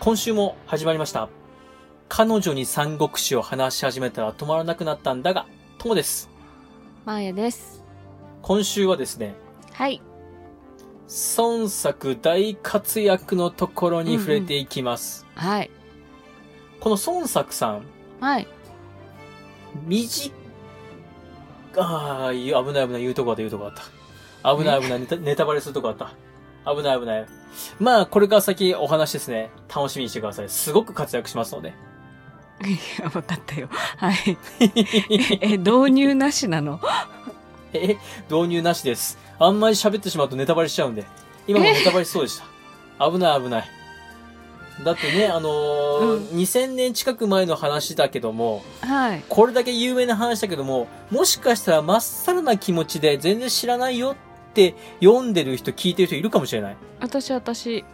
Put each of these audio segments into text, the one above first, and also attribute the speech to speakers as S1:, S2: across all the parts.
S1: 今週も始まりました。彼女に三国志を話し始めたら止まらなくなったんだが、ともです。
S2: まんやです。
S1: 今週はですね、
S2: はい。
S1: 孫作大活躍のところに触れていきます。
S2: はい。
S1: この孫作さん、
S2: はい。
S1: 短ああ、いや危ない危ない、言うとこだった、言うとこだった。危ない危ない、ネタネタバレするとこだった。危ない危ない。まあ、これから先お話ですね。楽しみにしてください。すごく活躍しますので。
S2: いや、わかったよ。はい。え、導入なしなの
S1: え、 導入なしです。あんまり喋ってしまうとネタバレしちゃうんで。今もネタバレしそうで した。危ない危ない。だってね、あのー2000年近く前の話だけども、
S2: はい。
S1: これだけ有名な話だけども、もしかしたらまっさらな気持ちで全然知らないよって読んでる人、聞いてる人いるかもしれない。
S2: 私、私。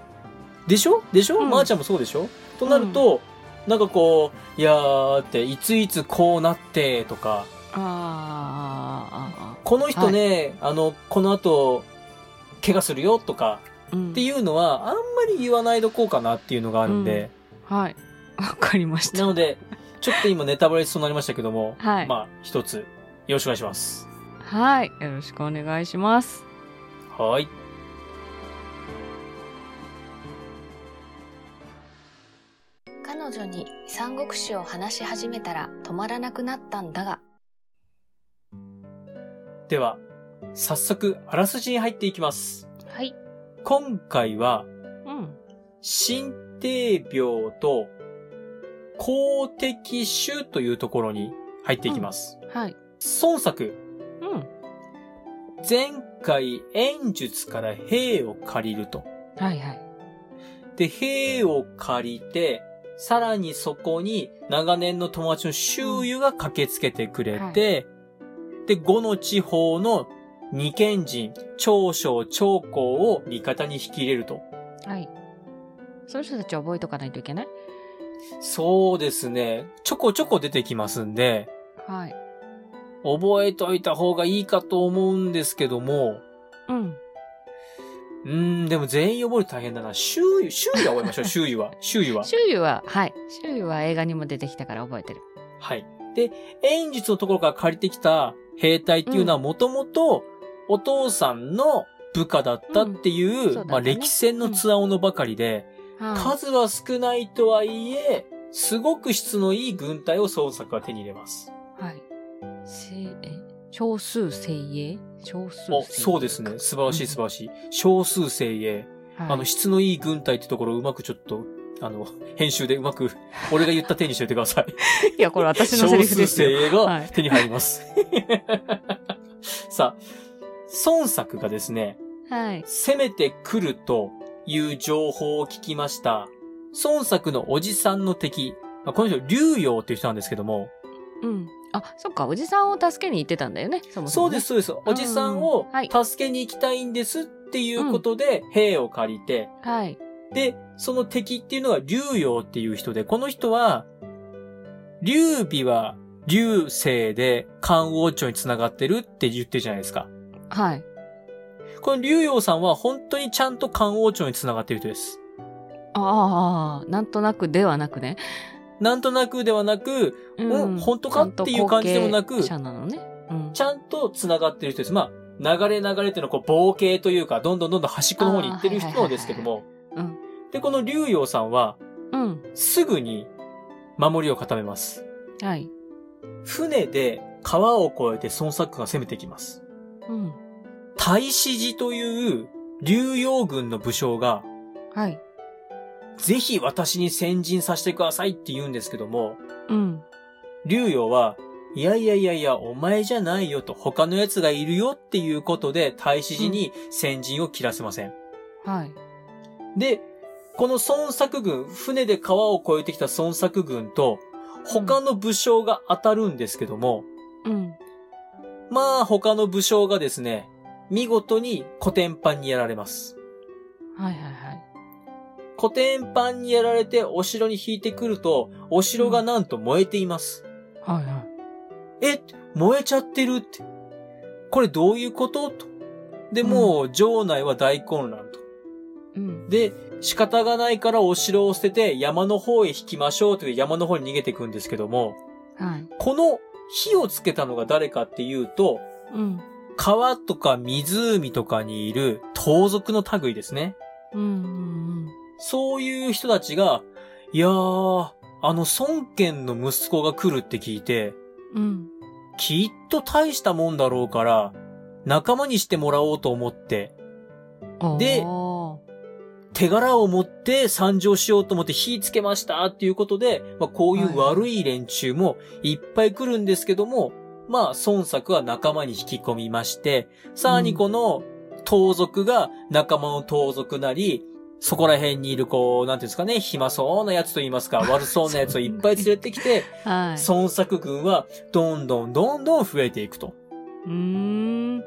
S1: でしょでしょ、
S2: うん
S1: まーちゃんもそうでしょとなると、なんかこう、いやーって、いついつこうなってとか、
S2: あーあー、あーあ
S1: この人ね、あの、この後、怪我するよとか、
S2: ー、うん
S1: っていうのは、あんまり言わないどこうかなっていうのがあるんで、
S2: はい。わかりまし
S1: な
S2: た。
S1: ので、ちょっと今ネタバレしそうになりましたけども、
S2: はい。
S1: まあ、一つ、よろしくお願いします。
S2: はい。よろしくお願いします。
S1: はい。
S3: 彼女に三国志を話し始めたら止まらなくなったんだが、
S1: では、早速、あらすじに入っていきます。
S3: はい。
S1: 今回は、
S2: うん。
S1: 新帝廟と、公的州というところに入っていきます。
S2: はい。
S1: 孫作、
S2: うん。
S1: 前回、演術から兵を借りると。
S2: はいはい。
S1: で、兵を借りて、さらにそこに長年の友達の周囲が駆けつけてくれて、で、五の地方の二県人、長将、長江を味方に引き入れると。
S2: はい。その人たち覚えとかないといけない
S1: そうですね。ちょこちょこ出てきますんで、
S2: はい。
S1: 覚えといた方がいいかと思うんですけども、
S2: うん。
S1: うーん、でも全員覚えると大変だな。周囲、周囲は覚えましょう、周囲は。周 囲は。
S2: 周囲は、はい。周囲は映画にも出てきたから覚えてる。
S1: はい。で、演術のところから借りてきた兵隊っていうのはもともとお父さんの部下だったっていう、
S2: んそうだね
S1: まあ歴戦のつわものばかりで、
S2: は
S1: 数は少ないとはいえ、すごく質のいい軍隊を孫作は手に入れます。
S2: い。はい。せえ、少数精鋭少数精鋭
S1: お、そうですね。素晴らしい素晴らしい。少数精鋭。
S2: はい
S1: あの、質のいい軍隊ってところをうまくちょっと、あの、編集でうまく、俺が言った手にしておいてください。
S2: いや、これ私のセリフですよ。
S1: 少数精鋭
S2: は
S1: が
S2: い
S1: 手に入り ます。さあ、孫作がですね、
S2: はい。
S1: 攻めてくるという情報を聞きました。孫作のおじさんの敵、まあこの人、竜陽っていう人なんですけども、
S2: うん。あ、そっか、おじさんを助けに行ってたんだよね、そもそ
S1: そ
S2: も
S1: う
S2: ね、
S1: です、そうです。おじさんを
S2: うんはい
S1: 助けに行きたいんですっていうことで、兵を借りて、
S2: はい。
S1: で、その敵っていうのが竜陽っていう人で、この人は、劉備は劉星で漢王朝に繋がってるって言ってるじゃないですか。
S2: はい。
S1: この竜陽さんは本当にちゃんと漢王朝に繋がってる人です。
S2: ああ、なんとなくではなくね。
S1: なんとなくではなく、うん本当かっていう感じでもなく
S2: ちゃんと後継者なのね。うん。
S1: ちゃんと繋がってる人です。まあ、流れ流れっていうのはこう、冒険というか、どんどんどんどん端っこの方に行ってる人なんですけども。
S2: あーはいはいはいは
S1: で、この竜陽さんは、
S2: うん。
S1: すぐに守りを固めます。
S2: はい。
S1: 船で川を越えて孫作が攻めてきます。
S2: うん。
S1: 大使寺という竜陽軍の武将が、
S2: はい。
S1: ぜひ私に先陣させてくださいって言うんですけども、
S2: うん。
S1: 竜陽は、いやいやいやいや、お前じゃないよと、他の奴がいるよっていうことで、大使寺に先陣を切らせません。
S2: はい。
S1: で、この孫作軍、船で川を越えてきた孫作軍と、他の武将が当たるんですけども、
S2: うん。
S1: まあ他の武将がですね、見事に古典版にやられます。
S2: はいはいはい。
S1: 古典版にやられてお城に引いてくると、お城がなんと燃えています。
S2: はいはい。
S1: え、燃えちゃってるって。これどういうことと。で、もう、城内は大混乱と。
S2: うん。
S1: で、仕方がないからお城を捨てて山の方へ引きましょうという山の方に逃げていくんですけども、
S2: はい。
S1: この火をつけたのが誰かっていうと、
S2: うん。
S1: 川とか湖とかにいる盗賊の類ですね。
S2: うんうん
S1: そういう人たちが、いやー、あの孫権の息子が来るって聞いて、
S2: うん。うん。
S1: きっと大したもんだろうから、仲間にしてもらおうと思って、
S2: おー
S1: で手柄を持って参上しようと思って火つけましたっていうことで、まあ、こういう悪い連中もいっぱい来るんですけども、まあ、孫作は仲間に引き込みまして、さらにこの盗賊が仲間の盗賊なり、そこら辺にいるこう、なんていうんですかね、暇そうなやつと言いますか、悪そうなやつをいっぱい連れてきて、
S2: はい。
S1: 孫作軍はどんどんどんどん増えていくと。
S2: うーん。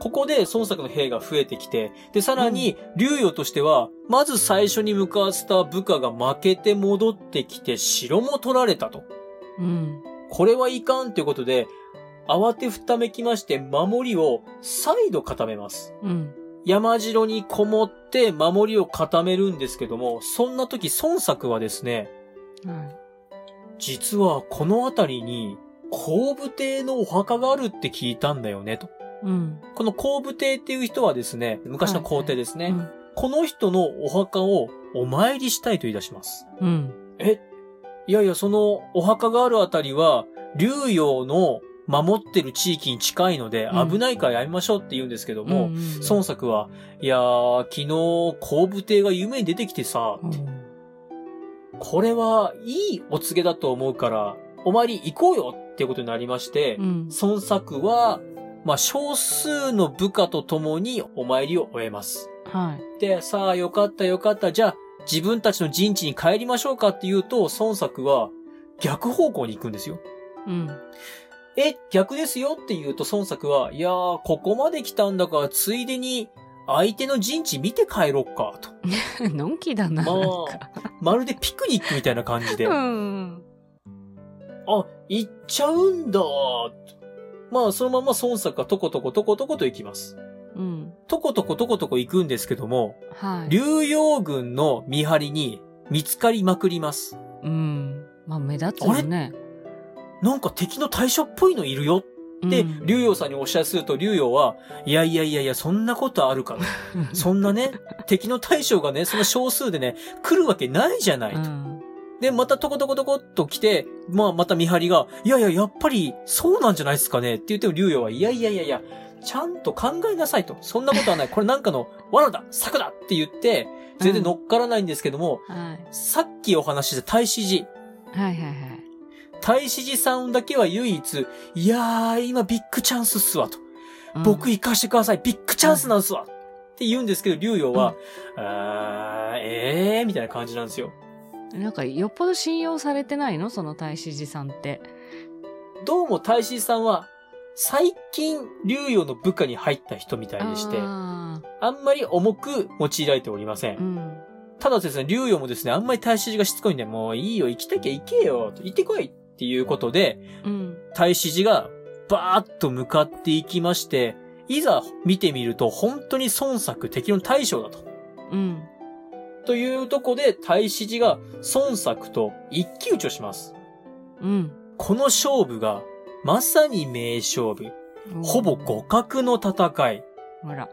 S1: ここで孫作の兵が増えてきて、で、さらに、劉与としては、まず最初に向かわせた部下が負けて戻ってきて、城も取られたと。
S2: うん。
S1: これはいかんということで、慌てふためきまして、守りを再度固めます。
S2: うん。
S1: 山城にこもって守りを固めるんですけども、そんな時孫作はですね、
S2: はい。
S1: 実はこの辺りに、後部邸のお墓があるって聞いたんだよね、と。
S2: うん。
S1: この後部邸っていう人はですね、昔の皇帝ですね。
S2: うん
S1: この人のお墓をお参りしたいと言い出します。
S2: うん。
S1: えいやいや、そのお墓があるあたりは、竜陽の守ってる地域に近いので、
S2: うん
S1: 危ないからやめましょうって言うんですけども、
S2: んん
S1: 孫作は、いやー、昨日、後部帝が夢に出てきてさ、
S2: うん
S1: これはいいお告げだと思うから、お参り行こうよっていうことになりまして、
S2: うん。
S1: 孫作は、まあ、少数の部下と共にお参りを終えます。
S2: はい。
S1: で、さあ、よかったよかった、じゃあ、自分たちの陣地に帰りましょうかっていうと、孫作は逆方向に行くんですよ。
S2: うん。
S1: え、逆ですよって言うと孫作は、いやー、ここまで来たんだから、ついでに、相手の陣地見て帰ろっか、と。
S2: のんきだ な、
S1: まあ
S2: なんか。
S1: まるでピクニックみたいな感じで。
S2: うん。
S1: あ、行っちゃうんだ。まあ、そのまま孫作がとことことことこと行きます。
S2: うん。
S1: とことことことこ行くんですけども、
S2: はい。
S1: 竜陽軍の見張りに見つかりまくります。
S2: うん。まあ、目立つよね。
S1: なんか敵の対象っぽいのいるよって、
S2: うん
S1: 竜陽さんにお知らせすると、竜陽は、いやいやいやいや、そんなことあるかな。そんなね、敵の対象がね、その少数でね、来るわけないじゃないと。
S2: うん
S1: で、またトコトコトコっと来て、まあまた見張りが、いやいや、やっぱりそうなんじゃないですかねって言っても、竜陽は、いやいやいやいや、ちゃんと考えなさいと。そんなことはない。これなんかの罠だ策だって言って、全然乗っからないんですけども、
S2: はい。
S1: さっきお話しした大使寺。
S2: はいはいはい。
S1: 大使寺さんだけは唯一、いやー、今ビッグチャンスっすわと。
S2: うん
S1: 僕行かしてください。ビッグチャンスなんすわ。って言うんですけど、竜陽は、あー、えー、みたいな感じなんですよ。
S2: なんか、よっぽど信用されてないのその大使寺さんって。
S1: どうも大使さんは、最近、竜陽の部下に入った人みたいでして、あ
S2: あー
S1: んまり重く用いられておりません。
S2: うん。
S1: ただですね、竜陽もですね、あんまり大使がしつこいんで、もういいよ、行きたきゃ行けよ、行ってこいっていうことで、
S2: うん。
S1: 大使がバーッと向かっていきまして、いざ見てみると、本当に孫作敵の大将だと。
S2: うん。
S1: というとこで、大使が孫作と一騎打ちをします。
S2: うん。
S1: この勝負が、まさに名勝負。ほぼ互角の戦い。
S2: ほら。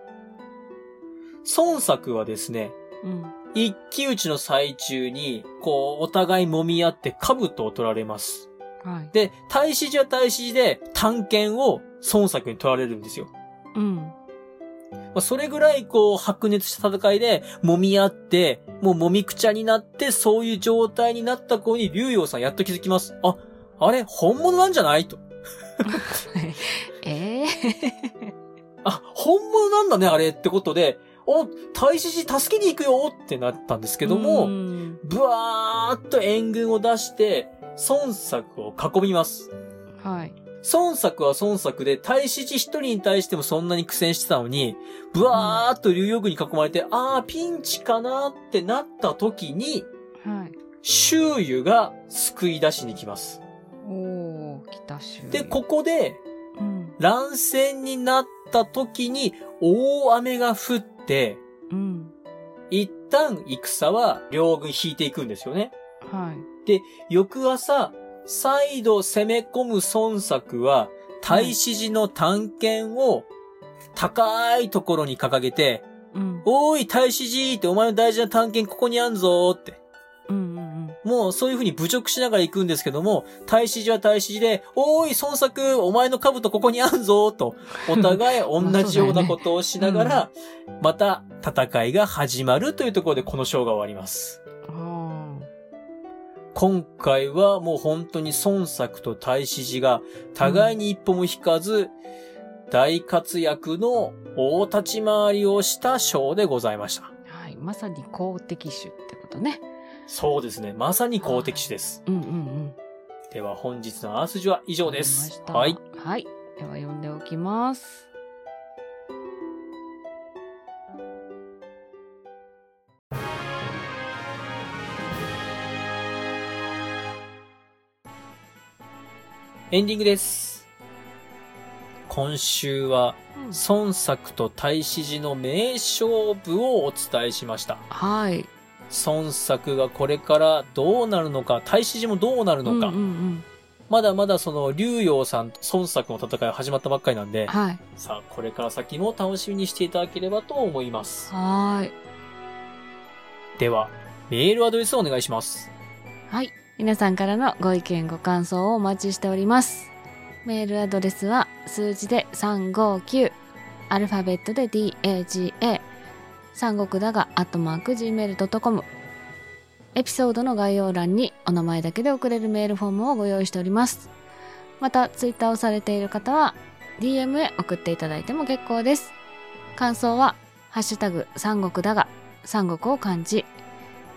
S1: 孫作はですね、
S2: うん。
S1: 一騎打ちの最中に、こう、お互い揉み合って兜を取られます。
S2: はい。
S1: で、大使寺は大使寺で、探検を孫作に取られるんですよ。
S2: うん。
S1: まあ、それぐらい、こう、白熱した戦いで、揉み合って、もう揉みくちゃになって、そういう状態になった子に、竜陽さんやっと気づきます。あ、あれ、本物なんじゃないと。
S2: ええ
S1: あ、本物なんだね、あれってことで、お、大使寺助けに行くよってなったんです けども、
S2: うん
S1: ぶわーっと援軍を出して、孫作を囲みます。
S2: はい。
S1: 孫作は孫作で、大使一人に対してもそんなに苦戦してたのに、ぶわーっと流用軍に囲まれて、あー、ピンチかなってなった時に、
S2: はい。
S1: 周瑜が救い出しに来ます。
S2: おー、北州。
S1: で、ここで、
S2: うん。
S1: 乱戦になった時に、大雨が降って、
S2: うん。
S1: 一旦戦は両軍引いていくんですよね。
S2: はい。
S1: 翌朝、再度攻め込む孫作は、太子寺の探検を高いところに掲げて、
S2: うん。
S1: おーい、太子寺ってお前の大事な探検ここにあんぞーって。
S2: うんうん
S1: もうそういう風に侮辱しながら行くんですけども、太子寺は太子寺で、おーい、孫作、お前の兜ここにあんぞーと、お互い同じようなことをしながら、また戦いが始まるというところでこの章が終わります。
S2: うん。あ
S1: 今回はもう本当に孫作と太子寺が互いに一歩も引かず、大活躍の大立ち回りをした章でございました。
S2: あ。はい。まさに公的種ってことね。
S1: そうですね。まさに公的種です。
S2: うんうんうん。
S1: では本日のアースジは以上で
S2: わかり
S1: す
S2: まし。た
S1: はい。。
S2: はい。では読んでおきます。
S1: エンディングです。今週は
S2: うん
S1: 孫作と太子寺の名勝負をお伝えしました。
S2: はい。
S1: 孫作がこれからどうなるのか、太子寺もどうなるのか、
S2: うんうんうん。ま
S1: まだまだその、竜陽さんと孫作の戦いは始まったばっかりなんで、
S2: はい。
S1: さあ、これから先も楽しみにしていただければと思います。
S2: はーい。
S1: では、メールアドレスをお願いします。
S2: はい。皆さんからのご意見、ご感想をお待ちしております。メールアドレスは数字で359、アルファベットで DAGA、三国だが、アットマーク Gmail.com。エピソードの概要欄にお名前だけで送れるメールフォームをご用意しております。また、ツイッターをされている方は、DM へ送っていただいても結構です。感想は、ハッシュタグ、三国だが、三国を漢字、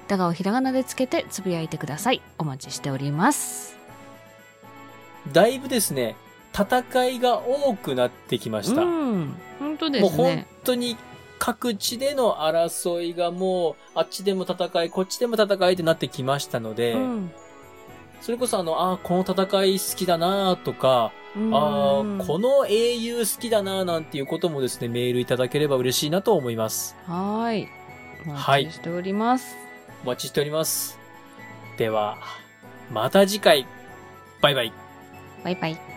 S2: だがをひらがなでつけてつぶやいてください。お待ちしております。
S1: だいぶですね、戦いが多くなってきました。
S2: うん。本当で
S1: もう
S2: す
S1: 本
S2: ね。
S1: 当に各地での争いがもう、あっちでも戦い、こっちでも戦いってなってきましたので、
S2: うん。
S1: それこそあの、あーこの戦い好きだなーとか、あ
S2: うん
S1: ーこの英雄好きだなーなんていうこともですね、メールいただければ嬉しいなと思います。
S2: はーい。お
S1: はい
S2: 待ちしております。
S1: お待ちしております。では、また次回。バイバイ。
S2: バイバイ。